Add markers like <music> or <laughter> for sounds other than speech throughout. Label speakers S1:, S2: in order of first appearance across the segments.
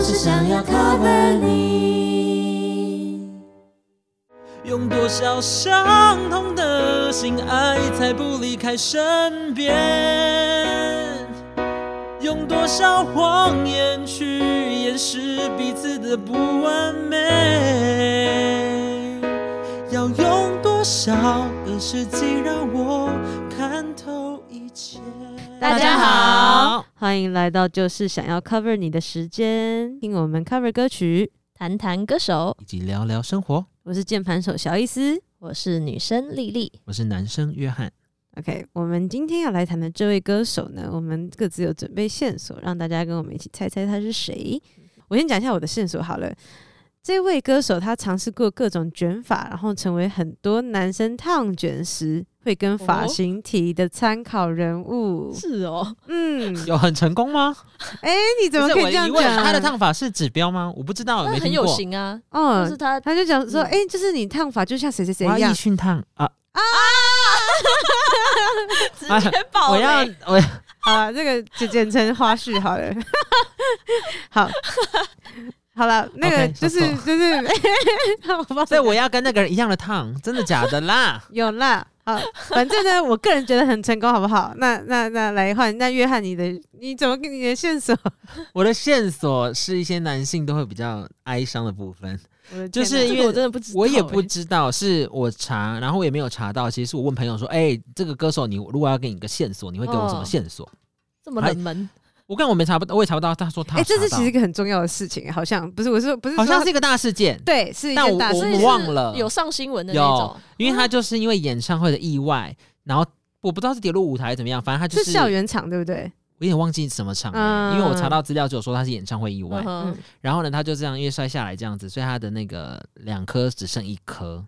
S1: 只想要 cover 你。
S2: 用多少伤痛的心爱，才不离开身边？用多少谎言去掩饰彼此的不完美？要用多少个世纪让我看透一切？
S1: 大家好，欢迎来到就是想要 cover 你的时间，听我们 cover 歌曲。
S3: 谈谈歌手，
S2: 以及聊聊生活。
S1: 我是键盘手小意思。
S3: 我是女生丽丽，
S2: 我是男生约翰，
S1: OK，我们今天要来谈的这位歌手呢，我们各自有准备线索，让大家跟我们一起猜猜他是谁。我先讲一下我的线索好了。这位歌手他尝试过各种卷发，然后成为很多男生烫卷时会跟发
S3: 哦
S1: 型题的参考人物。
S3: 是哦，
S1: 嗯，
S2: 有很成功吗？
S1: 哎、你怎么可以这样
S2: 不是我的疑问
S1: 讲？
S2: 他的烫发是指标吗？我不知道，
S3: 那
S2: 没
S3: 很
S2: 听
S3: 有
S2: 过。
S3: 型啊，
S1: 哦
S3: 就，是他
S1: 他就讲说，
S3: 嗯
S1: 哎、就是你烫发就像谁谁谁
S2: 我
S1: 一
S2: 要
S1: 样
S2: 易。训烫啊！
S3: 直
S2: 啊
S3: 接爆
S2: <laughs> 我
S3: 雷
S2: 要我
S1: 好了，啊这个就简称花絮好了。 <laughs> 好，好了，那个
S2: OK，
S1: 就是
S2: 收手
S1: 就是，我不知道 <laughs>
S2: 所以我要跟那个人一样的烫，真的假的啦？ <laughs>
S1: 有啦。好，反正呢，我个人觉得很成功，好不好？那那那来换，那约翰，你的你怎么给你的线索？
S2: 我的线索是一些男性都会比较哀伤的部分，
S1: 我的天哪
S2: 就是因
S3: 这个我真
S2: 为
S3: 的不知道，
S2: 我也不
S3: 欸
S2: 知道，是我查，然后我也没有查到。其实是我问朋友说，哎、这个歌手你如果要给你一个线索，你会给我什么线索？
S3: 这么冷门，
S2: 我看我没查不，我也查不到。他说他
S1: 哎、
S2: 有查
S1: 这
S2: 到，
S1: 是其实一个很重要的事情，好像不是，我说不
S3: 嗯
S1: 是说
S2: 好
S1: 他，
S2: 像是一个大事件，
S1: 对，是一
S2: 但
S1: 件
S2: 我
S1: 大事
S2: 我
S3: 所以
S1: 情
S3: 是
S2: 忘了
S3: 有上新闻的那种，
S2: 因为他就是因为演唱会的意外，然后我不知道是跌落舞台怎么样，反正他就是
S1: 校园场，对不对？
S2: 我有点忘记什么场
S1: 嗯
S2: 了、因为我查到资料只有说他是演唱会意外，
S3: 嗯
S1: 哦
S3: 哼，
S2: 然后呢，他就这样因为摔下来这样子，所以他的那个两颗只剩一颗。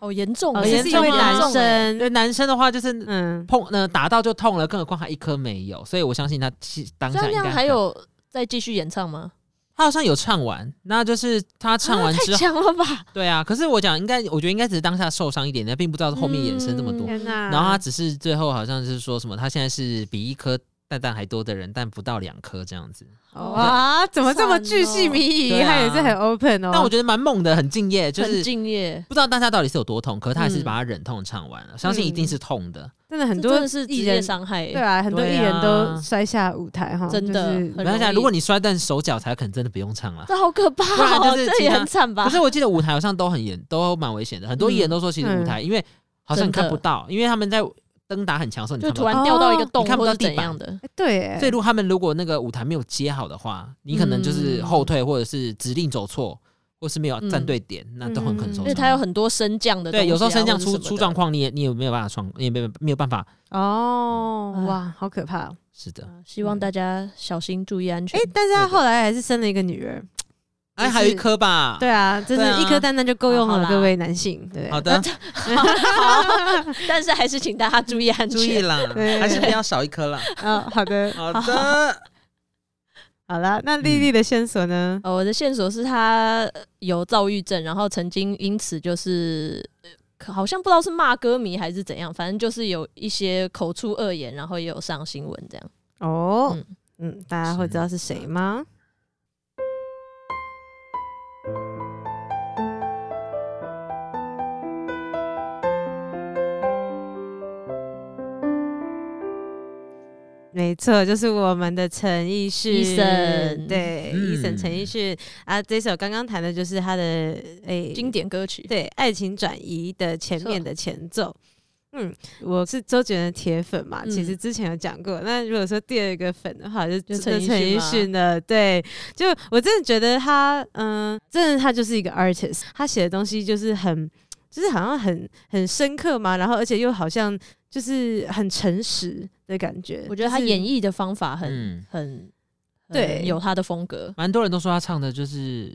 S3: 好严重
S1: 哦
S3: 哦，
S2: 好
S1: 也
S2: 严
S1: 是
S2: 重
S1: 一位
S2: 啊
S3: 严
S1: 男
S3: 重欸，
S1: 生，
S2: 对，男生的话就是
S1: 嗯，
S2: 碰呢、打到就痛了，更何况他一颗没有，所以我相信他其当
S3: 所以
S2: 下
S3: 他那
S2: 应
S3: 样
S2: 该
S3: 还有再继续演唱吗？
S2: 他好像有唱完，那就是他唱完
S3: 啊太
S2: 之后，
S3: 强了吧，
S2: 对啊，可是我讲应该，我觉得应该只是当下受伤一点，但并不知道后面衍生这么多。
S3: 嗯
S1: 天哪！
S2: 然后他只是最后好像是说什么，他现在是比一颗蛋蛋还多的人，但不到两颗这样子。
S1: 哇，怎么这么巨细靡遗？
S2: 对啊
S1: 他也是很 open 哦。
S2: 但我觉得蛮猛的，很敬业，就
S3: 很
S2: 是
S3: 敬业，
S2: 不知道大家到底是有多痛，可是他还是把他忍痛唱完了，
S3: 嗯
S2: 相信一定是痛的。
S1: 真的很
S3: 这
S1: 多
S3: 真的是职
S1: 艺
S3: 业
S1: 人，
S3: 伤害欸，
S1: 对啊，很多
S2: 对
S1: 艺
S2: 啊
S1: 人都摔下舞台哈，
S3: 真的
S1: 就是
S3: 很
S2: 没关系啊，
S3: 容易
S2: 如果你摔断手脚才可能真的不用唱了。
S3: 这好可怕
S2: 不然
S3: 哦，
S2: 就是
S3: 这
S2: 其
S3: 也
S2: 他
S3: 很惨吧嗯
S2: 可？是我记得舞台好像都很严，都蛮危险的。很多艺人都说，其实舞台、因为好像你看不到，因为他们在灯打很强的时候你
S3: 就
S2: 看不
S3: 突
S2: 到。
S3: 然掉到一个
S2: 哦
S3: 洞
S2: 你看不
S3: 或
S2: 到
S3: 者
S2: 地板
S3: 怎样的，
S1: 哎对耶，
S2: 所以如果他们如果那个舞台没有接好的话，你可能就是后退，或者是指令走错，或是没
S3: 嗯
S2: 有站对点，那都很可能受
S3: 因
S1: 嗯
S3: 为
S2: 伤。
S3: 他有很多升降的东西啊，
S2: 对，有时候升降
S3: 或者什
S2: 出
S3: 么的
S2: 出状况，你也你也没有办法创，你也没有没有办法。
S1: 哦，哇，好可怕哦！
S2: 是的，
S3: 啊希
S1: 嗯
S3: 望大家小心注意安全
S1: 哎。，但是他
S2: 对的
S1: 后来还是生了一个女儿。
S2: 哎，还有一颗吧。
S1: 对。啊，真
S2: 对
S1: 是
S2: 啊
S1: 一颗蛋蛋就够用
S3: 好
S1: 了，
S3: 啦
S1: 各位男性。对，
S2: <laughs> 好的，
S1: 啊
S3: <laughs> 但是还是请大家注意安
S2: 注意
S3: 全。
S2: 啦
S1: 对，
S2: 还是不要少一
S3: <laughs>
S2: 颗啦。
S1: 嗯，好的，
S2: 好的，
S1: 好啦，那丽丽的线索呢？
S3: 呃，我的线索是他呃有躁郁症，然后曾经因此就是呃可好像不知道是骂歌迷还是怎样，反正就是有一些口出恶言，然后也有上新闻这样。
S1: 哦
S3: 嗯，
S1: 嗯，大家会知道是谁吗？没错，就是我们的陈奕迅，
S3: 医生
S1: 对，
S2: 嗯
S1: 医生陈奕迅啊，这首刚刚弹的就是他的诶、
S3: 经典歌曲，
S1: 对《爱情转移》的前面的前奏。嗯，我是周杰伦的铁粉嘛，
S3: 嗯
S1: 其实之前有讲过。那如果说第二个粉的话，就
S3: 就
S1: 真的
S3: 陈奕
S1: 陈
S3: 迅
S1: 奕
S3: 吗
S1: 迅了。对，就我真的觉得他，嗯、真的他就是一个 artist，他写的东西就是很，就是好像很很深刻嘛，然后而且又好像就是很诚实的感觉。
S3: 我觉得他
S1: 就是
S3: 演绎的方法很、
S2: 嗯，
S3: 很很
S1: 对
S3: 有他的风格。
S2: 蛮多人都说他唱的就是，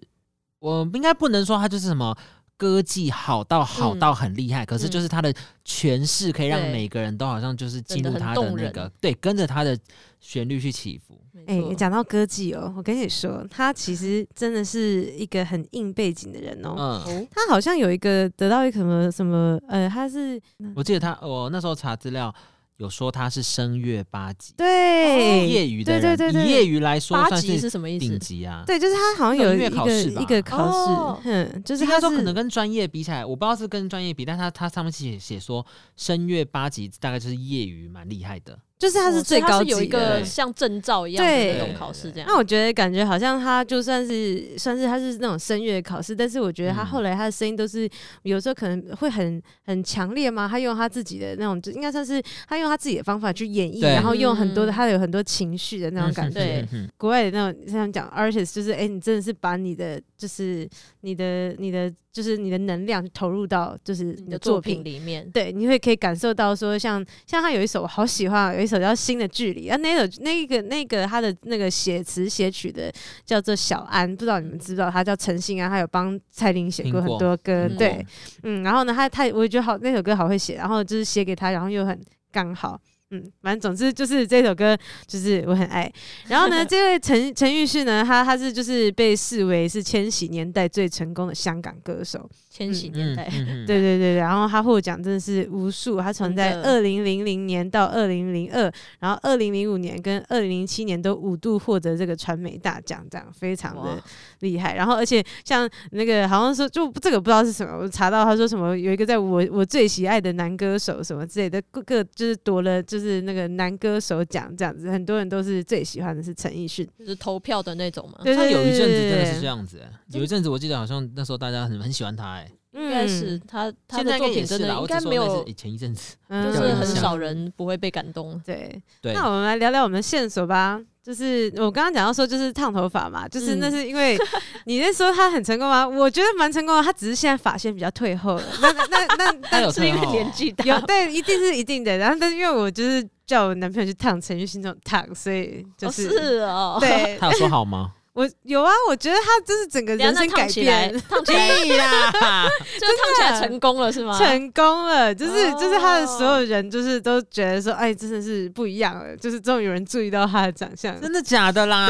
S2: 我应该不能说他就是什么歌技好到好到很厉害，可是就是他的诠释可以让
S3: 嗯对
S2: 每个人都好像就是进入
S3: 真的
S2: 他
S3: 很
S2: 的
S3: 动
S2: 那
S3: 人
S2: 个对，跟着他的旋律去起伏。
S3: 没
S1: 哎、
S3: 错
S1: 讲到歌技哦，我跟你说，他其实真的是一个很硬背景的人哦。
S2: 嗯，
S3: 哦，
S1: 他好像有一个得到一个什么什么，呃，他是
S2: 我记得他，我那时候查资料。
S4: 有说他是声乐八级，
S2: 哦
S1: 对，
S4: 业余的人，
S1: 对对对对
S4: 以业余来说
S3: 八
S4: 算
S3: 级是什么意思
S4: 顶？级啊。
S1: 对，就是他好像有
S4: 音
S1: 一
S4: 乐考
S1: 个
S4: 试吧
S1: 一个考
S3: 哦
S1: 试，哼，就
S4: 就是是
S1: 他
S4: 他
S1: 是
S4: 说可能跟专业比起来，我不知道是跟专业比，但他他上面写写说声乐八级大概就是业余蛮厉害的，
S1: 就是他
S3: 哦
S1: 是
S3: 所以
S1: 最高
S3: 它
S1: 级
S3: 有一
S1: 的
S3: 个像证照一样的
S1: 对
S3: 那种考试，这样。
S1: 那我觉得感觉好像他就算是算是他是那种声乐考试，但是我觉得他
S4: 嗯
S1: 后来他的声音都是有时候可能会很很强烈嘛，他用他自己的那种，就应该算是他用他自己的方法去演绎，
S4: 对
S1: 然后用很多的
S3: 嗯
S1: 他有很多情绪的那种感觉。
S3: 对
S4: 嗯嗯嗯
S1: 国外的那种像讲 artist，就是哎、诶你真的是把你的就是你的你的就是你的能量投入到就是
S3: 你
S1: 你
S3: 的
S1: 的
S3: 作
S1: 作
S3: 品
S1: 品。
S3: 里面，
S1: 对，你会可以感受到说像，像他有一首我好喜欢，有一首叫《新的距离》啊，那首那个那个他的那个写词写曲的叫做小安，不知道你们知不知道，他叫陈信安，他有帮蔡琳写过
S4: 听过
S1: 很多歌，
S4: 嗯
S1: 对，嗯，然后呢，他他我觉得好那首歌好会写，然后就是写给他，然后又很刚好。嗯，反正总之就是这首歌，就是我很爱。然后呢，这位陈陈奕迅呢，他他是就是被视为是千禧年代最成功的香港歌手。
S3: 千禧年代，
S4: 嗯嗯嗯
S1: 对对对，然后他获奖真的是无数，他从
S3: 真
S1: 在
S3: 的
S1: 二零零零年到二零零二，然后二零零五年跟二零零七年都五度获得这个传媒大奖，这样非常
S3: 哇
S1: 的厉害。然后而且像那个好像说就这个不知道是什么，我查到他说什么有一个在我我最喜爱的男歌手什么之类的，各个就是夺了就是那个男歌手奖这样子，很多人都是最喜欢的是陈奕迅。
S3: 就是投票的那种嘛。
S4: 嗯
S1: 对
S4: 他
S1: 对
S4: 有
S1: 对
S4: 一阵子真的
S1: 对
S4: 是这样子、欸，有一阵子我记得好像那时候大家很很喜欢他、欸，
S1: 应
S3: 应该
S1: 嗯
S3: 是他他
S4: 现在
S3: 的作
S4: 应该也
S3: 品
S4: 是
S3: 真的
S4: 啦
S3: 应
S4: 我
S3: 该
S4: 只说
S3: 没
S4: 那
S3: 有
S4: 是以，前一阵子，
S1: 就
S3: 就是很
S4: 嗯
S3: 少人不会被感
S1: <laughs>
S3: 动。
S1: 对。
S4: 对，
S1: 那我们来聊聊我们的线索吧。就是我刚刚讲到说，就是烫头发嘛，就是
S3: 嗯
S1: 那是
S3: <laughs>
S1: 因为你在说他很成功吗？我觉得蛮成功的，他只是现在发线比较退后了。那那那那
S3: <laughs>
S4: 他有
S3: 是因为
S4: 退后
S3: 年纪大，
S1: 有对，一定是一定的。然后，但是因为我就是叫我男朋友去烫陈奕迅那种烫，所以 <laughs> 就
S3: 哦
S1: 是,、
S3: 是哦。
S1: 对
S4: 他有说好吗？
S1: 我有啊，我觉得他就是整
S3: 等
S1: 个
S3: 一下
S1: 人
S3: 那
S1: 生改
S3: 烫起来，
S1: 变。
S3: 烫起
S1: <laughs>
S3: 来，
S4: 呀，
S3: 就烫起来成功了是吗？
S1: 成功了，就是、
S3: 哦
S1: 就是他的所有人，就是都觉得说，哎，真的是不一样了，就是终于有人注意到他的长相，
S4: 真的假的啦？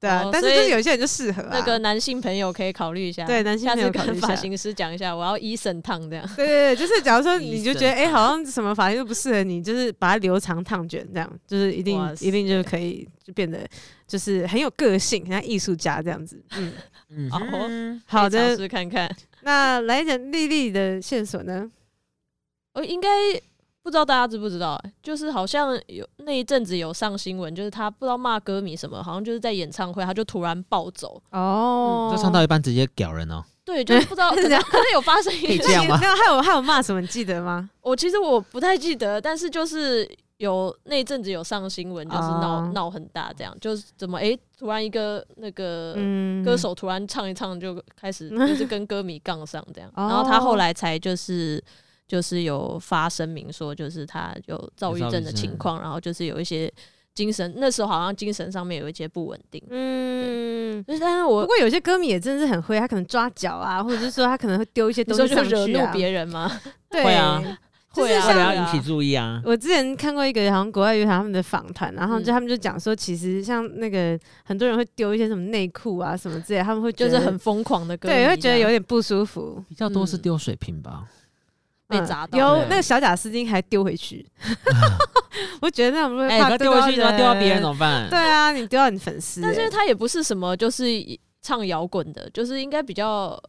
S1: 对啊。
S3: 哦
S1: 但是
S3: 所以
S1: 就是有些人就适合、啊、
S3: 那个男性朋友可以考虑一下，
S1: 对男性
S3: 下
S1: 朋友
S3: 次
S1: 考虑
S3: 跟
S1: 一下
S3: 发型师讲一下，我要 Eason 烫这样。
S1: 对对对，就是假如
S3: <laughs>
S1: 说你
S4: 医
S1: 就
S4: 生
S1: 觉得哎、
S3: 啊
S1: 诶好像什么发型都不适合你，就是把它留长烫卷这样，就是一定
S3: 哇塞
S1: 一定就是可以就变得就是很有个性，像艺术家这样子。嗯，
S3: <laughs>
S4: 嗯
S3: 哦
S4: 哼，
S1: 好
S3: 可以尝
S1: 的，
S3: 试看看。
S1: 那来讲丽丽的线索呢？
S3: 我应该不知道大家知不知道、欸，就是好像有那一阵子有上新闻，就是他不知道骂歌迷什么，好像就是在演唱会他就突然暴走，
S1: 哦，
S4: 就唱到一半直接屌人哦，
S3: 对，就是不知道可
S1: <laughs> 是这
S3: 能
S1: 样
S3: 可能有发生
S4: 可
S3: 一
S4: 以
S3: 些
S4: 这样吗
S1: 那你那还有还有骂什么？你记得吗？
S3: 我其实我不太记得，但是就是有那一阵子有上新闻，就是闹
S1: 哦
S3: 闹、很大，这样就是怎么诶，突然一个那个
S1: 嗯，
S3: 呃歌手突然唱一唱就开
S1: <laughs>
S3: 始就是跟歌迷杠上这样，
S1: 哦
S3: 然后他后来才就是。就是有发声明说，就是他有躁郁症的情况，然后就是有一些精神，那时候好像精神上面有一些不稳定。
S1: 嗯。
S3: 就是，但是
S1: 不
S3: 我
S1: 过有些歌迷也真的是很会，他可能抓脚啊，或者是说他可能会丢一些
S3: 你
S1: 东
S3: 说
S1: 西
S3: 就
S1: 上
S3: 惹
S1: 去
S3: 怒
S1: 啊。
S3: 别人吗？
S1: 对
S4: 会啊
S1: 就是
S3: 会啊
S1: 像
S4: 为
S3: 会
S4: 了
S3: 啊
S4: 要引起注意
S3: <laughs>
S4: 啊。
S1: 我之前看过一个好像国外乐团他们的访谈，然后就
S3: 嗯
S1: 他们就讲说，其实像那个很多人会丢一些什么内裤啊什么之类，他们会觉
S3: 就
S1: 得
S3: 是很疯狂的歌迷这
S1: 对，
S3: 样，
S1: 会觉得有点不舒服，
S4: 比较多是丢水瓶吧，
S3: 被
S1: 嗯
S3: 砸到
S1: 有
S4: 对
S1: 那个小贾斯汀还丢回去，我觉得那种会
S4: 哎，
S1: 怕
S4: 他丢回去，
S1: 到
S4: 他丢到别人怎么办？
S1: 对啊，你丢到你粉丝欸，
S3: 哦但是他也不是什么，就是唱摇滚的，就是应该比较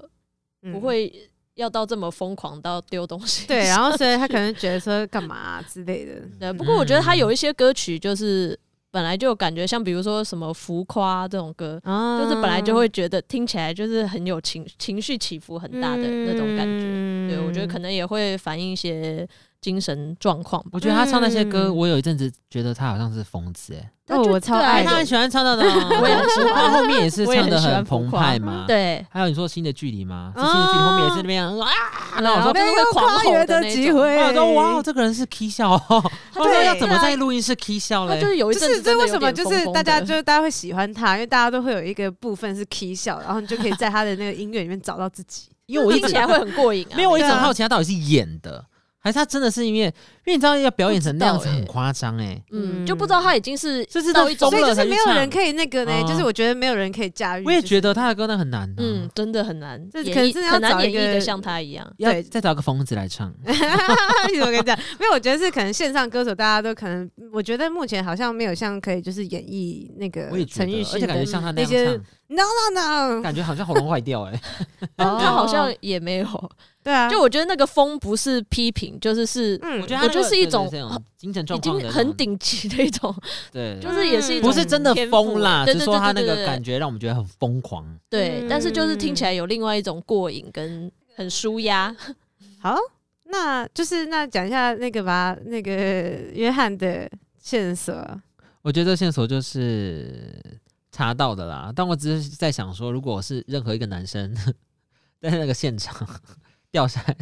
S1: 嗯
S3: 不。 <laughs> 会要到这么疯狂到丢东西。
S1: 对，啊
S3: <laughs>
S1: 然后所以他可能觉得说干嘛啊之类的，
S3: 对，不过我觉得他有一些歌曲就是本来就有感觉，像比如说什么浮夸这种歌，
S1: 啊
S3: 嗯就是本来就会觉得听起来就是很有情情绪起伏很大的那种感觉。
S1: 嗯
S3: 对，我觉得可
S1: 能
S3: 能也会反映一些精神状况吧。
S4: 我觉得他唱那些歌，
S1: 嗯
S4: 我有一阵子觉得他好像是疯子哎、
S1: 哦，我超
S3: 对啊
S1: 爱
S4: 他
S1: 的，
S4: 很喜欢唱到的
S3: <laughs>
S4: 哦，
S3: 我也很喜欢
S4: 他后面也是
S3: 我也
S4: 唱的
S3: 很喜欢
S4: 很澎
S3: 浮夸
S4: 湃嘛。。
S3: 对，哦
S4: 还有你说新的距离吗？是新的距离后面也是那边啊，
S3: 然后
S1: 没
S3: 就是会
S1: 有
S3: 狂
S1: 跨
S3: 吼
S1: 越
S3: 的
S1: 的
S3: 那
S1: 机
S3: 种。
S1: 会。
S4: 我说哇，这个人是 K 笑哦，
S3: 他
S4: 我
S1: 对
S4: 说
S1: 啊
S4: 要怎么在录音室 K 笑
S3: 他
S4: 嘞
S3: 就？是有一
S1: 就
S3: 阵子
S1: 是这为什么
S3: 真的有
S1: 就
S3: 点
S1: 是
S3: 疯疯
S1: 大家
S3: 的
S1: 就是大家会喜欢他，因为大家都会有一个部分是 key 笑，然后你就可以在他的那个音乐里面找到自己。
S4: <laughs> 因为我一
S3: 听
S4: 直
S3: 起来会很过瘾啊。
S4: 没有，我一直
S1: 对啊
S4: 很好奇他到底是演的还是他真的是因为，因为你知道要表演成那样
S3: 不
S4: 子
S3: 知道欸
S4: 很夸张哎，
S3: 嗯，
S1: 嗯
S3: 就不知道他已经是
S4: 这是
S3: 到一种
S1: 所以
S4: 疯了
S1: 就是
S4: 才去
S1: 没有
S4: 唱
S1: 人可以那个呢，
S4: 哦
S1: 就是我觉得没有人可以驾驭。
S4: 我也
S1: 就是
S4: 觉得 <laughs> 他的歌那很难、啊，
S3: 嗯，真的很难
S1: 这
S3: 演
S1: 可能
S3: 绎，
S1: 真的要
S3: 很难
S1: 找一
S3: 演绎的
S1: 个
S3: 像他一哦样。
S4: 要
S1: 对
S4: 再找个疯子来唱，
S1: <laughs>
S3: 呃
S1: 你怎么跟你讲？没有，我觉得是可能线上歌手大家都可能，我觉得目前好像没有像可以就是演绎那个
S4: 我也觉
S1: 陈
S4: 得，
S1: 奕
S4: 而
S1: 迅
S4: 且感觉
S1: 的
S4: 像他那
S1: 那些
S4: 样
S1: No No
S4: 唱，
S1: No，
S4: 感觉好像喉咙坏掉哎、
S3: 但他好
S1: 哦
S3: 像也没有，
S1: <laughs> 对啊，
S3: 就我觉得那个疯不是批评，就是是
S1: 嗯，
S4: 我觉
S3: 我
S4: 得他那
S3: 觉得
S4: 个
S3: 是一
S4: 对对
S3: 种
S4: 这精神
S3: 已
S4: 状况
S3: 经
S4: 的那
S3: 很
S4: 种，
S3: 顶级的一种，
S4: 对，
S3: 就是也是一
S1: 嗯
S3: 种
S4: 不是真的
S3: 天赋啊
S4: 疯啦，
S3: 对
S4: 只
S3: 对
S4: 是说
S3: 对
S4: 他那
S3: 对对
S4: 个
S3: 对
S4: 感觉让我们觉得很疯狂。
S3: 对，
S1: 嗯
S3: 但是就是听起来有另外一种过瘾跟很舒压，
S1: 好，那就是那讲一下那个吧，那个约翰的线索，
S4: 我觉得这线索就是查到的啦，但我只是在想说，如果我是任何一个男生 <laughs> 在那个现场 <laughs> 掉下来，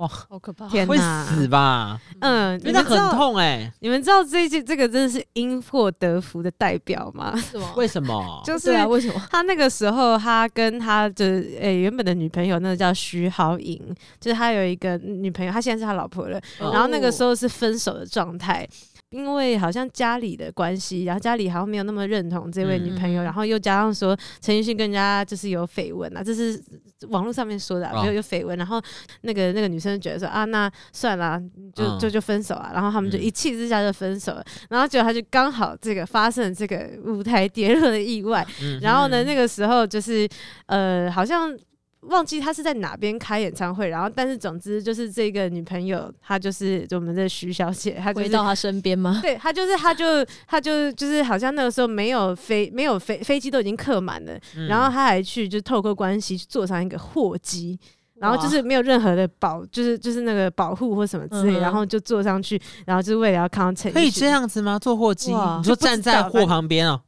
S3: 好可怕
S1: 天
S4: 会
S1: 哪，
S4: 死吧？
S1: 嗯，
S4: 因
S1: 你
S4: 为那
S1: 们知
S4: 很
S1: 道
S4: 痛哎、
S1: 你们知道这这这个真的是因祸得福的代表吗？
S3: 是吗？
S4: 为什么？
S1: <laughs> 就是
S3: 对啊，为什
S4: <laughs>
S3: 么？
S1: 他那个时候，他跟他的诶、原本的女朋友，那个叫徐好颖，就是他有一个女朋友，他现在是他老婆了。
S4: 哦
S1: 然后那个时候是分手的状态，因为好像家里的关系，然后家里好像没有那么认同这位女朋友，
S3: 嗯
S1: 然后又加上说陈奕迅跟人家就是有绯闻啊，这是网络上面说的、啊，
S4: 哦
S1: 有有绯闻。然后那个那个女生就觉得说啊，那算了，就、
S4: 嗯
S1: 就就分手啊。然后他们就
S4: 嗯
S1: 一气之下就分手了。然后结果他就刚好这个发生了这个舞台跌落的意外。
S4: 嗯
S1: 然后呢，那个时候就是呃，好像忘记他是在哪边开演唱会，然后但是总之就是这个女朋友，她就是我们的徐小姐，她就
S3: 回
S1: 是。
S3: 到他身边吗？
S1: 对她就是，她就，她就，就是好像那个时候没有飞，没有飞飞机都已经客满了，
S4: 嗯
S1: 然后她还去就透过关系去坐上一个货机，然后就是没有任何的保，就是就是那个保护或什么之
S3: 嗯
S1: 类，
S3: 哼
S1: 然后就坐上去，然后就是为了要看到陈奕迅。
S4: 可以这样子吗？做货机，
S1: 哇
S4: 你说站在货旁边哦、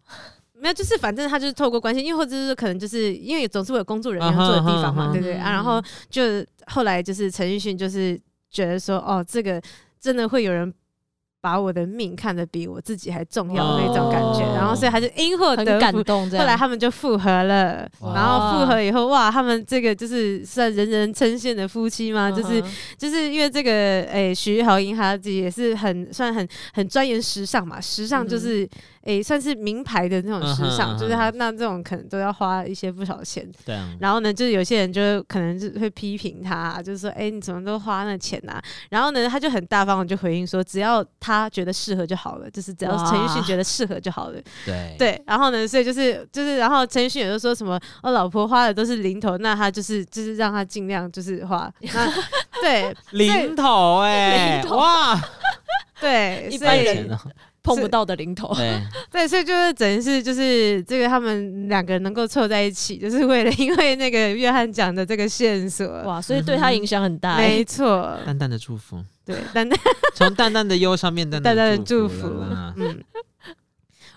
S1: 没有，就是反正他就是透过关系，因为或者是可能就是因为总是会有工作人员
S4: 啊哈
S1: 住的地方
S4: 啊
S1: 嘛，
S4: 哈
S1: 对不对啊？
S3: 嗯
S1: 然后就后来就是陈奕迅就是觉得说，哦，这个真的会有人。把我的命看得比我自己还重要的那种感觉，
S4: 哦
S1: 然后所以他就因祸
S3: 很
S1: 得
S3: 感
S1: 福。
S3: 动，这
S1: 后来
S3: 样。
S1: 他们就复合了，
S4: 哇
S1: 然后复合以后，哇，他们这个就是算人人称羡的夫妻吗？就是
S3: 嗯哼
S1: 就是因为这个，诶、徐豪英他自己也是很算很很钻研时尚嘛，时
S3: 嗯
S1: 尚就是诶、算是名牌的那种时
S4: 嗯哼
S1: 尚，
S4: 嗯哼
S1: 就是他那这种可能都要花一些不少钱。
S4: 对啊，
S1: 然后呢，就是有些人就可能就会批评他、就是说，诶、你怎么都花那钱啊？然后呢，他就很大方的就回应说，只要他觉得适合就好了，就是只要
S3: 哇
S1: 陈奕迅觉得适合就好了。
S4: 对
S1: 对，然后呢，所以就是就是，然后陈奕迅也就说什么，哦，老婆花的都是零头，那他就是就是让他尽量就是花，那对
S4: 零头哎、
S3: 零头
S4: 哇，
S1: 对，
S3: <laughs> 一
S1: 所
S3: 般
S4: 太有
S1: 以
S4: 钱
S3: 人
S4: 了，
S3: 碰不到的零头，
S4: 对，
S1: 对，所以就是等于是就是这个他们两个人能够凑在一起，就是为了 <laughs> 因为那个约翰讲的这个线索，
S3: 哇，所以对他影响很大。 <laughs>
S1: 没错，
S4: 淡淡的祝福，
S1: 对，但但
S4: 从淡淡的忧伤变淡
S1: 淡淡
S4: 的
S1: 的
S4: 祝
S1: 祝福
S4: 了啦
S1: 嗯，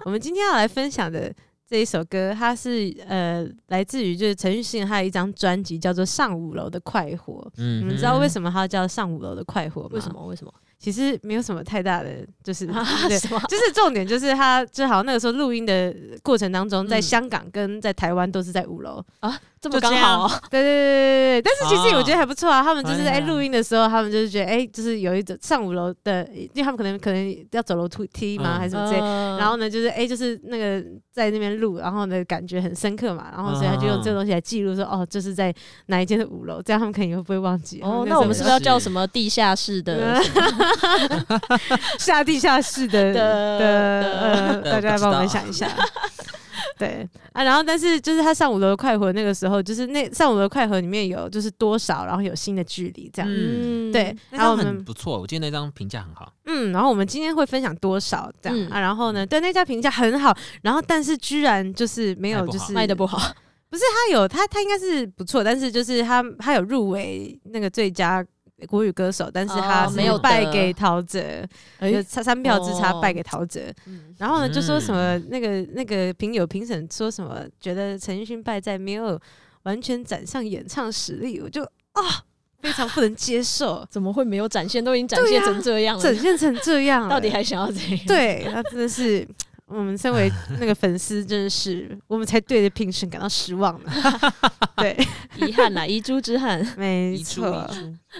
S1: 我们今天要来分享的。这一首歌，它是呃来自于就是陈奕迅他有一张专辑叫做《上五楼的快活》，
S4: 嗯
S1: 你们知道为
S4: 么？
S1: 什么它叫上五楼的快活吗？
S3: 为什？么？为什么？
S1: 其实没有什么太大的，
S3: <laughs>
S1: 就是、
S3: 啊
S1: 嗯对，
S3: 什么？
S1: 就是重点就是它，就好像那个时候录音的过程当中，在
S3: 嗯
S1: 香港跟在台湾都是在五楼。
S3: 这么
S4: 就
S3: 刚
S4: 这样
S3: 好哦？
S1: 对对对对对对。但是其实
S4: 哦
S1: 我觉得还不错啊，他们就是
S4: 哎
S1: 在
S4: 呀
S1: 录音的时候，他们就是觉得哎、就是有一种上五楼的，因为他们可能可能要走楼梯梯嘛，
S4: 嗯
S1: 还是什么之类的。
S3: 嗯
S1: 然后呢，就是哎、就是那个在那边录，然后呢感觉很深刻嘛，然后所以他就用这个东西来记录说，哦，这是在哪一间的五楼，这样他们肯定会不会忘记。他
S3: 哦，
S1: 嗯那时
S3: 那
S1: 候
S3: 我们
S1: 就是
S3: 不是要叫什么地下室
S1: 嗯
S3: 的什么
S1: <laughs> 下地下室
S3: 的
S1: 的的呃，
S4: 的
S1: 大家来帮我们
S4: 不知道
S1: 想一下。 <laughs> 对啊，然后但是就是他上五楼的快活那个时候，就是那上五楼的快活里面有就是多少，然后有新的距离这样。
S4: 嗯
S1: 对，，
S4: 那
S1: 然
S4: 张
S1: 后我
S4: 很
S1: 们
S4: 不错，我记得那张评价很好。
S1: 嗯，然后我们今天会分享多少这样、
S3: 嗯
S1: 啊？然后呢，对那家评价很好，然后但是居然就是没有
S4: 卖不
S1: 就
S4: 好
S1: 是
S3: 卖的不好，
S1: 他有他他应该是不错，但是就是他他有入围那个最佳国语歌手，但是他
S3: 哦
S1: 是
S4: 没有
S1: 败
S3: 得
S1: 给陶喆，有
S3: 哎，
S1: 差三票之差
S3: 哦
S1: 败给陶喆。
S3: 嗯，
S1: 然后呢，就说什么那个那个评有评审说什么，觉得陈奕迅败在没有完全展上演唱实力，我就啊、非常不能接受
S3: <laughs> 怎么会没有展现？都已经展
S1: 对
S3: 现
S1: 啊
S3: 成这样
S1: 展
S3: 了，
S1: 现成这样了，
S3: <laughs>
S1: 欸
S3: 到底还想要怎样？ <laughs>
S1: 对，那真的是。我们身为那个粉丝，真的是我们才对着评审感到失望呢。 <laughs> 对，
S3: 遗憾啦，遗珠之憾。
S1: 没
S4: 遗珠
S1: 错，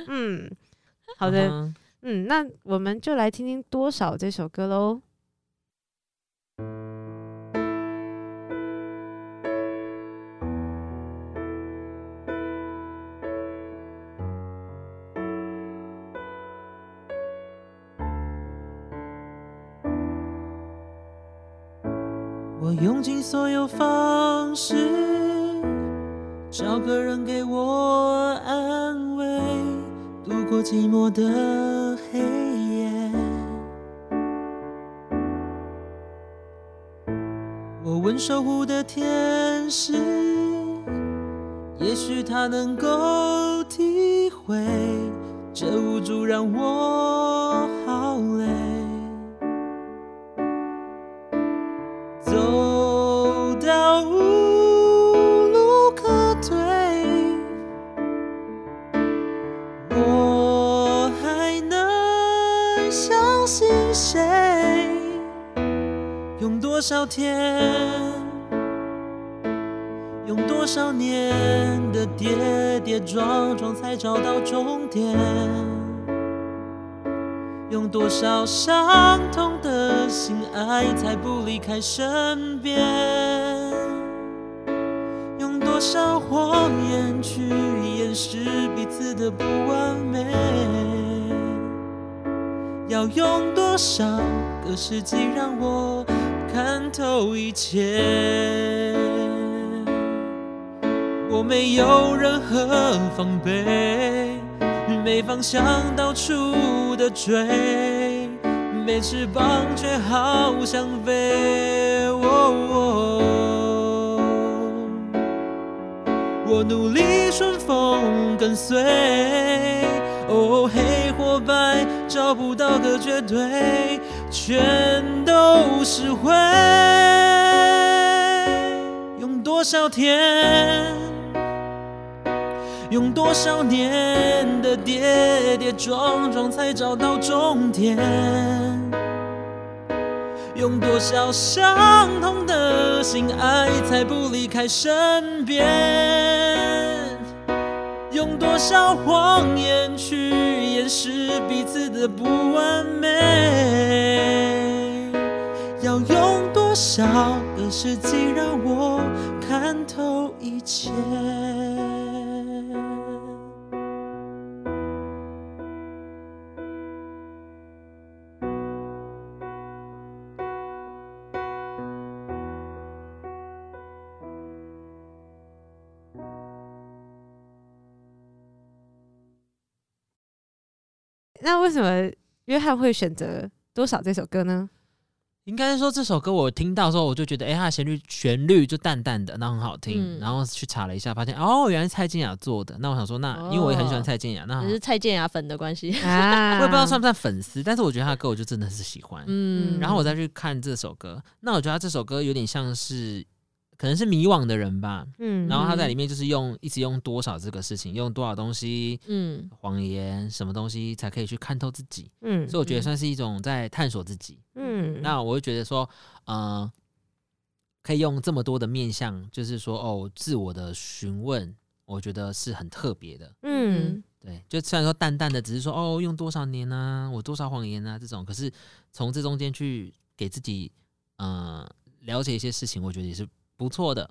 S1: 嗯，好
S4: 嗯
S1: 的。
S4: 哼
S1: 嗯，那我们就来听听《多少》这首歌喽。
S4: 我用尽所有方式找个人给我安慰，度过寂寞的黑夜。我问守护的天使，也许他能够体会这无助让我好累。走到无路可退，我还能相信谁？用多少天，用多少年的跌跌撞撞才找到终点？用多少伤痛的心爱才不离开身边？用多少谎言去掩饰彼此的不完美？要用多少个世纪让我看透一切？我没有任何防备，没方向到处的追，没翅膀却好想飞。哦我努力顺风跟随，哦，黑或白找不到个绝对，全都是灰。用多少天？用多少年的跌跌撞撞才找到终点？用多少伤痛的心爱才不离开身边？用多少谎言去掩饰彼此的不完美？要用多少个世纪让我看透一切？
S1: 那为什么约翰会选择《多少》这首歌呢？
S2: 应该说这首歌我听到之后，我就觉得，哎、它的旋律旋律就淡淡的，那很好听。
S3: 嗯
S2: 然后去查了一下，发现哦，原来是蔡健雅做的。那我想说，那因为我也很
S1: 哦
S2: 喜欢蔡健雅，那好
S3: 只是蔡健雅粉的关系。
S1: 啊
S2: 我也不知道算不算粉丝，但是我觉得他的歌我就真的是喜欢。
S3: 嗯，
S2: 然后我再去看这首歌，那我觉得他这首歌有点像是，可能是迷惘的人吧。
S1: 嗯
S2: 然后他在
S3: 嗯
S2: 里面就是用一直用多少这个事情，用多少东西，
S3: 嗯
S2: 谎言什么东西才可以去看透自己，
S1: 嗯
S2: 所以我觉得
S3: 嗯
S2: 算是一种在探索自己。
S1: 嗯
S2: 那我会觉得说，呃，可以用这么多的面向，就是说哦，自我的询问，我觉得是很特别的。
S1: 嗯
S2: 对，就虽然说淡淡的，只是说哦，用多少年啊，我多少谎言啊这种，可是从这中间去给自己呃了解一些事情，我觉得也是不错的，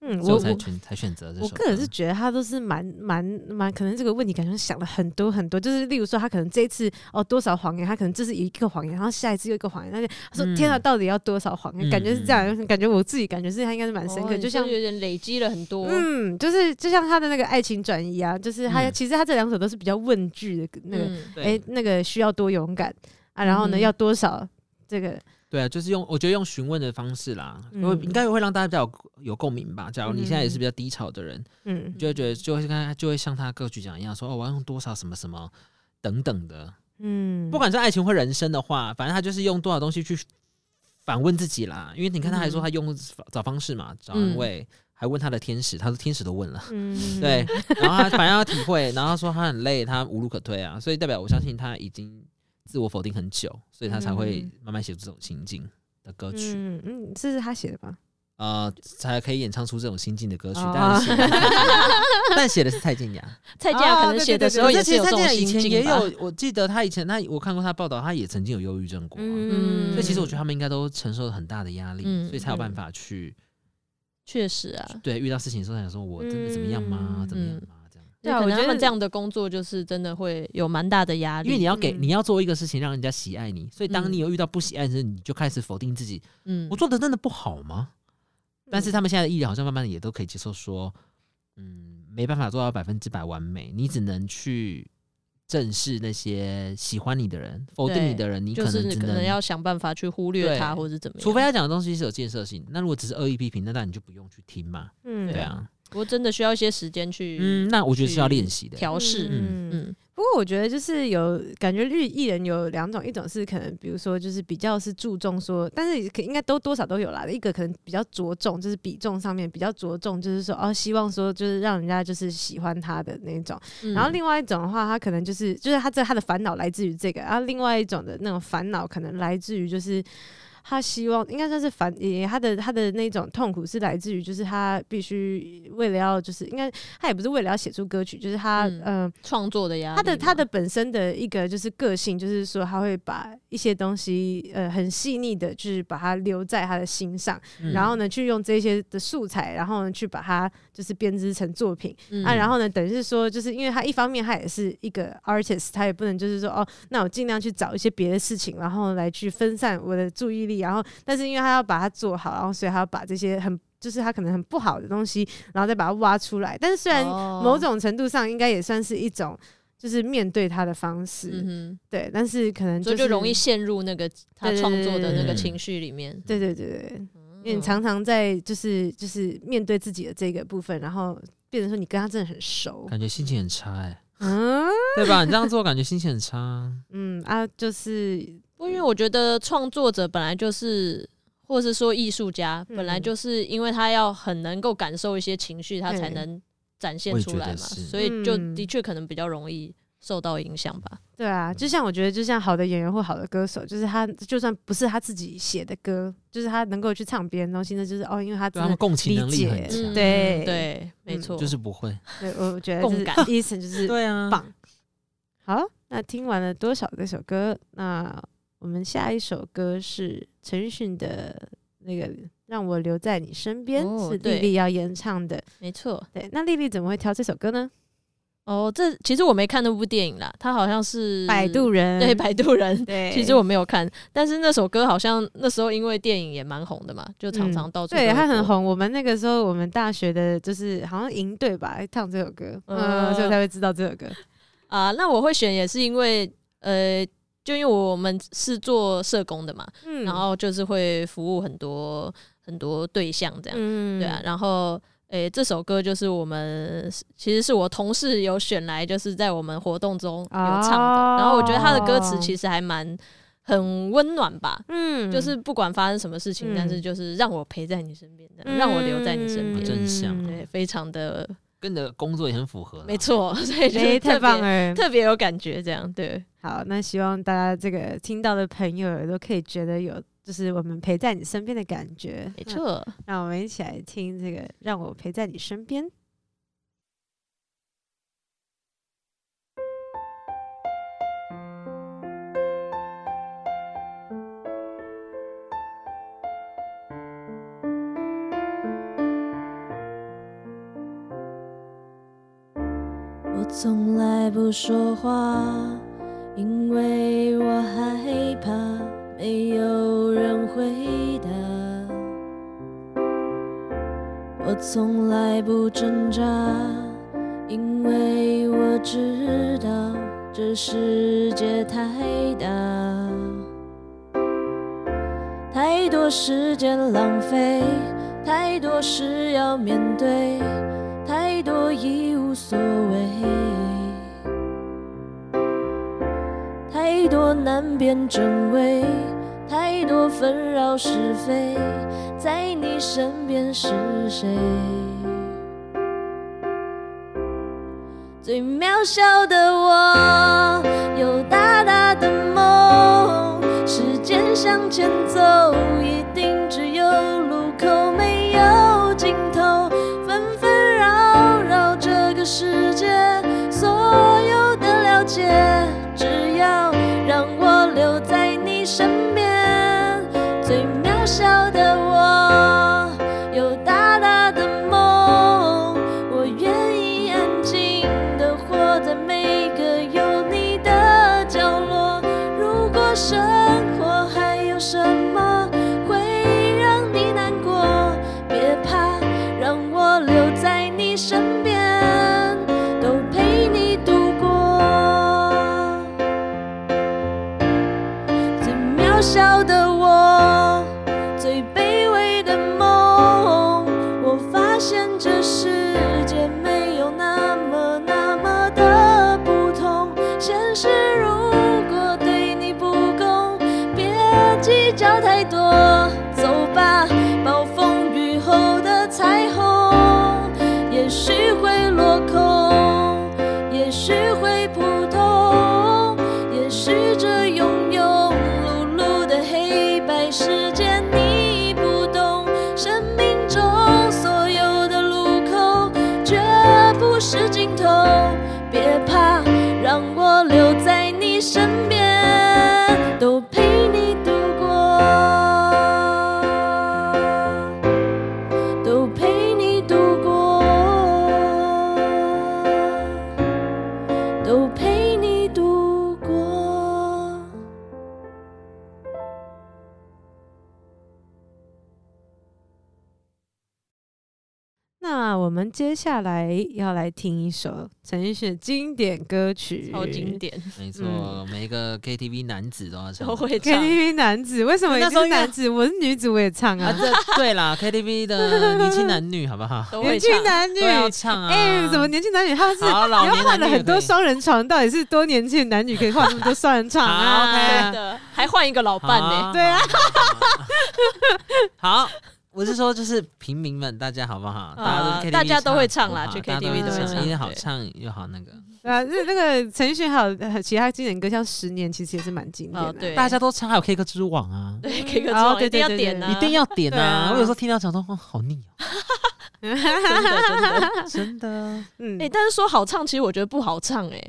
S1: 嗯，
S2: 所以
S1: 我
S2: 我才
S1: 我
S2: 选才选择这首
S1: 我
S2: 歌。
S1: 个人是觉得他都是蛮蛮蛮，可能这个问题感觉想了很多很多，就是例如说他可能这一次哦多少谎言，他可能这是一个谎言，然后下一次又一个谎言，他就他说、
S2: 嗯
S1: 天啊，到底要多少谎言？
S2: 嗯
S1: 感觉是这样，感觉我自己感觉是他应该是蛮深刻，
S3: 哦你
S1: 就
S3: 说
S1: 像
S3: 有点累积了很多。
S1: 嗯，就是就像他的那个爱情转移啊，就是他、
S2: 嗯
S1: 其实他这两首都是比较问句的那个，
S3: 嗯
S1: 哎、
S2: 对
S1: 那个需要多勇敢啊，然后呢、
S3: 嗯
S1: 要多少这个
S2: 对啊，就是用我觉得用询问的方式啦，
S1: 嗯
S2: 会应该会让大家比较有有共鸣吧。假如你现在也
S1: 嗯
S2: 是比较低潮的人，
S1: 嗯
S2: 你就会觉得就会看就会像他歌曲讲一样，说哦，我要用多少什么什么等等的，
S1: 嗯，
S2: 不管是爱情或人生的话，反正他就是用多少东西去反问自己啦。因为你看，他还说
S1: 嗯
S2: 他用找方式嘛，找安慰，还问他的天使，他说天使都问了，
S1: 嗯 <laughs>
S2: 对。然后他反正要体会，然后他说他很累，他无路可退啊，所以代表我相信他已经自我否定很久，所以他才会
S1: 嗯
S2: 慢慢写出这种情境的歌曲。
S1: 嗯嗯，这是他写的吧？
S2: 呃才可以演唱出这种心境的歌曲
S1: 哦，
S2: 但是写的是蔡健雅但
S3: 蔡
S2: 写的是蔡健雅。
S3: 健雅可能
S2: 对
S3: 写的
S2: 对
S3: 时
S2: 对
S3: 候
S2: 可
S3: 也
S2: 是
S3: 是有
S2: 其
S3: 这种
S2: 实蔡健雅以
S3: 心
S2: 前
S3: 境
S2: 也
S3: 吧。
S2: 有，我记得他以前他我看过他报道，他也曾经有忧郁症过、啊，
S1: 嗯，
S2: 所以其实我觉得他们应该都承受了很大的压力，
S3: 嗯
S2: 所以才有办法去
S3: 确实啊，
S2: 对遇到事情的时候想说，我真的怎么样吗？
S1: 嗯
S2: 怎么样吗？这样，
S3: 对
S1: 对
S3: 啊，
S1: 啊我
S3: 我觉
S1: 觉
S3: 得他
S1: 得
S3: 们这样的工作就是真的会有蛮大的压力，
S2: 因为你要给
S1: 嗯
S2: 你要做一个事情让人家喜爱你，所以当
S3: 嗯
S2: 你有遇到不喜爱的时候，你就开始否定自己，
S3: 嗯
S2: 我做的真的不好吗？
S1: 嗯
S2: 但是他们现在的艺人好像慢慢的也都可以接受说，嗯，没办法做到百分之百完美，你只能去正视那些喜欢你的人，否定你的人，你
S3: 就
S2: 可能
S3: 是你
S2: 只
S3: 可能要想办法去忽略
S2: 对
S3: 他，或者怎么样。
S2: 除非他讲的东西是有建设性，那如果只是恶意批评，那当然你就不用去听嘛。
S1: 嗯
S2: 对啊，
S3: 不过真的需要一些时间去
S2: 嗯，那我觉得是要练习的。
S3: 调试。
S1: 嗯
S3: 嗯，
S1: 不过我觉得就是有感觉日艺人有两种，一种是可能比如说就是比较是注重说，但是可应该都多少都有啦。一个可能比较着重就是比重上面比较着重，就是说哦希望说就是让人家就是喜欢他的那种。然
S3: 嗯
S1: 后另外一种的话，他可能就是就是他这他的烦恼来自于这个，然后另外一种的那种烦恼可能来自于就是。他希望应该算是烦，也他的他的那种痛苦是来自于，就是他必须为了要，就是应该他也不是为了要写出歌曲，就是他嗯
S3: 嗯、创作的压力嘛，
S1: 他的他的本身的一个就是个性，就是说他会把一些东西呃很细腻的，就是把它留在他的心上，
S2: 嗯
S1: 然后呢去用这些的素材，然后呢去把它就是编织成作品、
S3: 嗯
S1: 啊，然后呢等于是说，就是因为他一方面他也是一个 artist，他也不能就是说哦，那我尽量去找一些别的事情，然后来去分散我的注意力，然后但是因为他要把它做好，然后所以他要把这些很就是他可能很不好的东西，然后再把它挖出来，但是虽然
S3: 哦
S1: 某种程度上应该也算是一种，就是面对他的方式，
S3: 嗯
S1: 对。但是可能
S3: 哼，
S1: 就
S3: 所
S1: 是
S3: 以就容易陷入那个他
S1: 对对
S3: 创作的那个
S2: 对
S3: 情绪里面。
S1: 对对对对，
S3: 嗯
S1: 因为你常常在就是就是面对自己的这个部分，然后变成说你跟他真的很熟，
S2: 感觉心情很差哎、
S1: 嗯
S2: <laughs> 对吧？你这样做感觉心情很差啊。
S1: 嗯啊，就是
S3: 不，因为我觉得创作者本来就是，或是说艺术家，
S1: 嗯
S3: 本来就是因为他要很能够感受一些情绪，他
S1: 对
S3: 才能展现
S2: 我也
S3: 出
S2: 觉得
S3: 来嘛，
S2: 是
S3: 所以就
S1: 嗯
S3: 的确可能比较容易受到影响吧。
S1: 对啊，
S3: 嗯
S1: 就像我觉得，就像好的演员或好的歌手，就是他就算不是他自己写的歌，就是他能够去唱别人的东西，那就是哦，因为他
S2: 对
S1: 真
S2: 啊他
S3: 啊
S2: 们
S1: 的。
S2: 共情能力很
S1: 理解
S2: 强，
S1: 嗯对嗯
S3: 对，没错，
S2: 就是不会。
S1: 对，我我觉得
S3: 共
S1: <laughs>
S3: 感
S1: 医生就是
S2: 对啊，
S1: 棒。好，那听完了多少这首歌？那我们下一首歌是陈奕迅的那个《让我留在你身边》，
S3: 哦
S1: 是丽
S3: 对
S1: 丽要演唱的。
S3: 没错。
S1: 对，那丽丽怎么会挑这首歌呢？
S3: 哦，这其实我没看那部电影啦，它好像是
S1: 《摆渡人》
S3: 对摆渡人。
S1: 对，
S3: 其实我没有看，但是那首歌好像那时候因为电影也蛮红的嘛，就常常
S1: 嗯
S3: 到处、
S1: 对他很。红。我们那个时候，我们大学的就是好像营队吧，唱这首歌，嗯、
S3: 呃
S1: 所以才会知道这首歌。
S3: 啊，那我会选也是因为呃，就因为我们是做社工的嘛，
S1: 嗯
S3: 然后就是会服务很多很多对象这样，
S1: 嗯
S3: 对啊，，然后。诶、这首歌就是我们，其实是我同事有选来，就是在我们活动中有唱的。
S1: 哦
S3: 然后我觉得他的歌词其实还蛮很温暖吧，
S1: 嗯
S3: 就是不管发生什么事情，
S1: 嗯
S3: 但是就是让我陪在你身边，这样让我留在你身
S2: 好
S3: 边，
S2: 正向
S1: 嗯
S3: 对，非常的
S2: 跟你的工作也很符合啦。
S3: 没错， <laughs> 所以就
S1: 哎、
S3: 是
S1: 太
S3: 特
S1: 棒
S3: 别
S1: 了！
S3: 特别有感觉，这样对。
S1: 好，那希望大家这个听到的朋友也都可以觉得有，就是我们陪在你身边的感觉。
S3: 没错，
S1: 那，让我们一起来听这个，让我陪在你身边。
S5: 我从来不说话，因为我害怕没有人回答。我从来不挣扎，因为我知道这世界太大，太多时间浪费，太多事要面对。太多已无所谓，太多难辨真伪，太多纷扰是非，在你身边是谁？最渺小的我，有大大的梦，时间向前走，一定只有路口，没小的我，有大大的梦。我愿意安静的活在每个有你的角落。如果生活还有什么会让你难过，别怕，让我留在你身边，都陪你度过。最渺小的我，最卑微的梦，我发现这世界没有那么那么的不同。现实如果对你不公，别计较太多，走吧，暴风雨后的彩虹，也许会落空，也许会普通，也许这庸庸碌碌的黑白世界你不懂，生命中所有的路口绝不是尽头，别怕，让我留在你身边。都陪你度过。都陪你度过，都陪你度过。
S1: 那我们接下来要来听一首陈奕迅的经典歌曲，
S3: 超经典，
S2: 没错，每一个 KTV 男子都要唱
S3: 都。会唱。
S1: KTV 男子，为什么
S2: 那
S1: 你
S2: 时候
S1: 是
S2: 因为
S1: 男子，我是女子，我也唱
S2: <laughs> 啊，
S1: 啊，
S2: 这对啦，KTV 的年轻男女好不
S1: <laughs>
S2: 好？
S3: 都会
S1: 年轻
S3: 唱，
S1: 男女
S2: 都。要唱啊！
S1: 哎、怎么年轻男女？他是
S2: 好啊老
S1: 你要
S2: 年
S1: 换
S2: 男
S1: 了
S2: 女也
S1: 很多
S2: 可以
S1: 双人床，到底是多年轻的男女可以换那么多双人床
S2: 好
S1: 啊？
S2: ，OK
S3: 真的，还换一个老伴呢、
S1: 对啊，
S2: <laughs> 好，我是说就是平民们，大家好不好？大家都去 KTV
S3: 大家都会唱
S2: 好不好
S3: 啦去
S2: 大家
S3: KTV
S1: 啊都会
S2: 会
S1: 唱
S2: 因为好
S3: 对
S2: 唱又好那个，
S1: 对啊，那那个陈奕迅还有呃其他经典歌，像《十年》，其实也是蛮经典的。
S3: 哦，对，
S2: 大家都唱，还有 K 歌之网啊，
S3: 对 K 歌之
S1: 哦
S3: 王
S1: 对
S3: 一定要
S1: 对对
S3: 点
S1: 对
S3: 啊，
S2: 一定要点
S1: 对啊
S2: 啊！我有时候听到讲说，哦，好腻哦， <laughs>
S3: 真的真的。 <laughs>
S2: 真的。
S1: 嗯，
S3: 哎，但是说好唱，其实我觉得不好唱哎，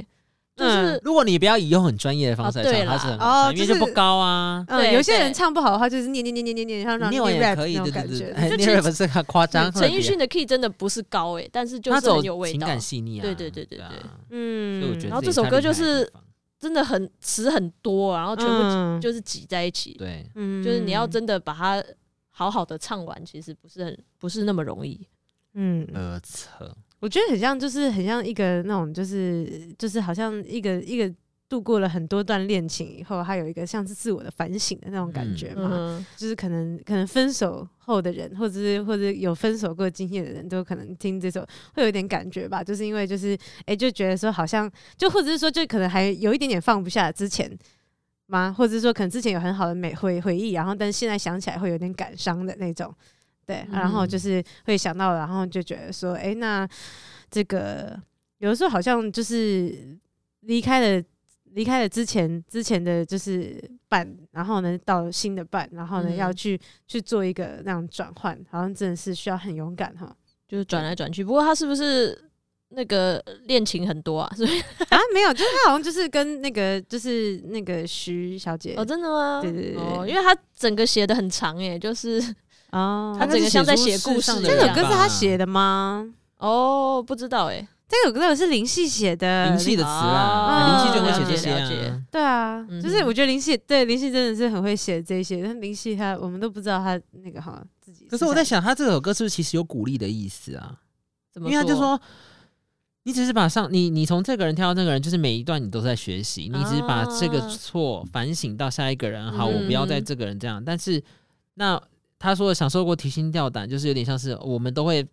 S3: 就是
S2: 嗯如果你不要以用很专业的方式来
S3: 啊对
S2: 唱，
S3: 啦
S2: 它是很好
S1: 哦
S2: 唱，因为
S1: 就
S2: 就是不高啊。
S1: 嗯，
S3: 对
S1: 有些人
S3: 对
S1: 唱不好的话，就是念念念念念念，然后让
S2: 念
S1: 你
S2: 完也
S1: rap
S2: 可以，
S1: 那种
S2: 对
S1: 感
S2: 对
S1: 觉
S2: 对，。哎
S3: 这其实
S2: 念 rap 是很夸张，
S3: 陈奕迅
S2: 的
S3: 的 key 真的不是高哎，但是就
S2: 他
S3: 是
S2: 走
S3: 很有味
S2: 情
S3: 道，
S2: 感细腻啊，
S3: 对对对对
S2: 啊
S3: 对
S1: 嗯，
S2: 所以我觉得
S3: 然后
S2: 这
S3: 这
S2: 也
S3: 首
S2: 他
S3: 歌
S2: 厉
S3: 就
S2: 害的地
S3: 是
S2: 方
S3: 真的很词很多，啊然后全部
S1: 嗯
S3: <laughs> 就是挤在一起，
S2: 对。
S1: 嗯
S3: 就是你要真的把它好好的唱完，其实不是很不是那么容易。
S1: 嗯，
S2: 呃，扯，
S1: 我觉得很像，就是很像一个那种，就是就是好像一个一个度过了很多段恋情以后，还有一个像是自我的反省的那种感觉嘛。
S3: 嗯，
S1: 就是可能可能分手后的人，或者是或者有分手过经验的人，都可能听这首会有点感觉吧，就是因为就是哎、诶就觉得说好像就或者是说就可能还有一点点放不下之前吗？或者是说可能之前有很好的美回回忆，然后但是现在想起来会有点感伤的那种。对，
S3: 嗯
S1: 然后就是会想到，然后就觉得说，哎、那这个有的时候好像就是离开了离开了之前之前的就是伴，然后呢到了新的伴，然后呢、
S3: 嗯
S1: 要去去做一个那样转换，好像真的是需要很勇敢哈。
S3: 就是转来转去。不过他是不是那个恋情很多啊？ <laughs> 是不是？
S1: 啊，没有，就是他好像就是跟那个就是那个徐小姐
S3: 哦，真的吗？
S1: 对对对
S3: 哦，因为他整个写的很长诶，就是
S1: 哦
S3: 他整个像在写故事一
S1: 这
S3: 样
S1: 首歌是他写的吗？
S3: 哦，不知道诶。
S1: 这首歌是林夕写的，
S2: 林啊夕的词
S1: 哦
S2: 啦，林夕就会写这些
S3: 啊了解了
S2: 啊。
S1: 对啊，
S3: 嗯
S1: 就是我觉得林夕对林夕真的是很会写这些，但林夕他我们都不知道他那个哈自己。
S2: 可是我在，想，他这首歌是不是其实有鼓励的意思啊？
S3: 怎
S2: 因
S3: 么？
S2: 为他就，说，你只是把上你你从这个人跳到那个人，就是每一段你都在学习，你只是把这个
S3: 啊
S2: 错反省到下一个人。好，
S3: 嗯
S2: 我不要再这个人这样。但是那他说享受过提心吊胆，就是有点像是我们都会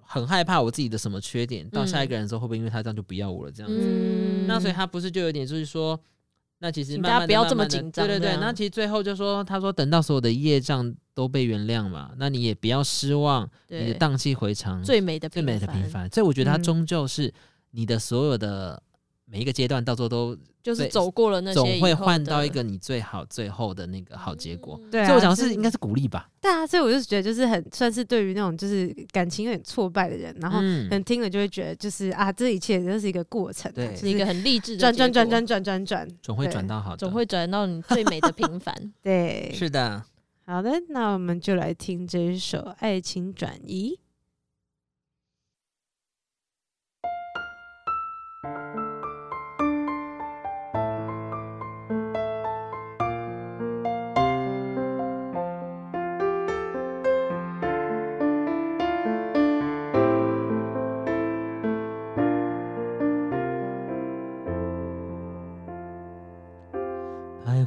S2: 很害怕我自己的什么缺点，
S3: 嗯
S2: 到下一个人的时候会不会因为他这样就不要我了这样子？
S1: 嗯
S2: 那所以他不是就有点就是说，那其实
S3: 请
S2: 慢
S3: 大家
S2: 慢地
S3: 不要
S2: 慢
S3: 这么
S2: 慢地
S3: 紧张啊
S2: 对
S3: 这
S2: 对对，
S3: 样
S2: 那其实最后就说，他说等到所有的业障都被原谅嘛，那你也不要失望，你
S3: 对
S2: 的，荡气回肠，
S3: 最美的
S2: 最美的平
S3: 凡，
S2: 凡。所以我觉得他
S1: 嗯
S2: 终究是你的所有的每一个阶段，到最后都
S3: 就是
S2: 对
S3: 走过了那些，
S2: 总会换到一个你最好最后的那个好结果。
S3: 嗯。
S1: 对啊，
S2: 所以我想是
S1: 就
S2: 应该是鼓励吧，
S1: 对啊，所以我就觉得就是很算是对于那种就是感情有点挫败的人，然后
S2: 嗯
S1: 可能听了就会觉得就是啊，这一切都是一个过程啊，
S2: 对
S1: 就是
S3: 一个很励志的
S1: 转转
S3: 结
S1: 转
S3: 果
S1: 转转转转，
S2: 总会
S1: 对
S2: 转到好的，
S3: 总会转到你最美的平凡。 <laughs>
S1: 对，
S2: 是的。
S1: 好的，那我们就来听这一首《爱情转移》。
S4: 徘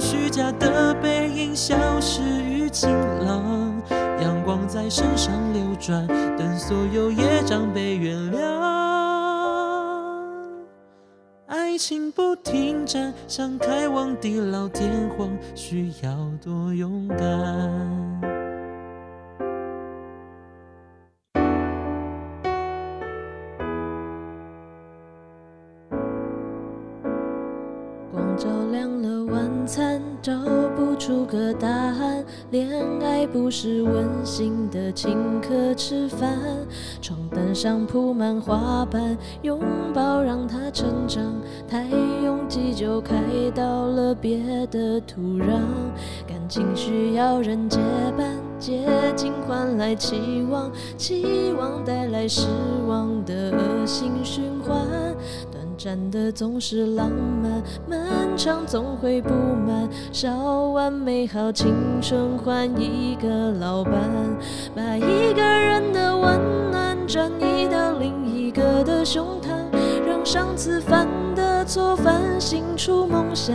S4: 虚假的背影消失于晴朗，阳光在身上流转，等所有业障被原谅。爱情不停站，想开往地老天荒，需要多勇敢。
S5: 光照亮了晚餐，找不出个答案。恋爱不是温馨的请客吃饭，床单上铺满花瓣，拥抱让它成长。太拥挤就开到了别的土壤，感情需要人结伴，接近换来期望，期望带来失望的恶性循环。短暂的总是浪漫，漫长总会不满。烧完美好青春，换一个老伴，把一个人的温暖转移到另一个的胸膛，让上次犯的错反省出梦想。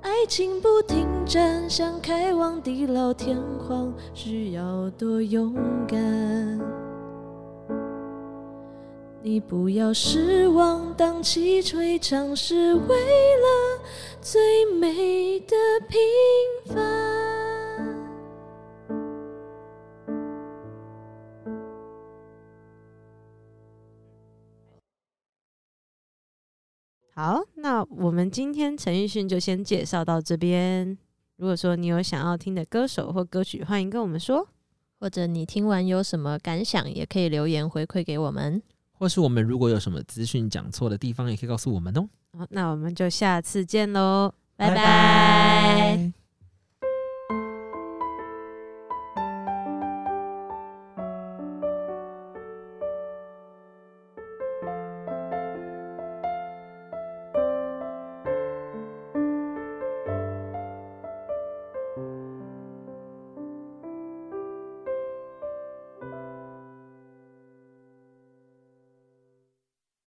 S5: 爱情不停站，想开往地老天荒，需要多勇敢。你不要失望，荡气捶肠是为了最美的平凡。
S1: 好，那我们今天陈奕迅就先介绍到这边。如果说你有想要听的歌手或歌曲，欢迎跟我们说。
S3: 或者你听完有什么感想，也可以留言回馈给我们。
S2: 或是我们如果有什么资讯讲错的地方，也可以告诉我们哦。
S1: 好，那我们就下次见喽，拜拜。
S3: 拜拜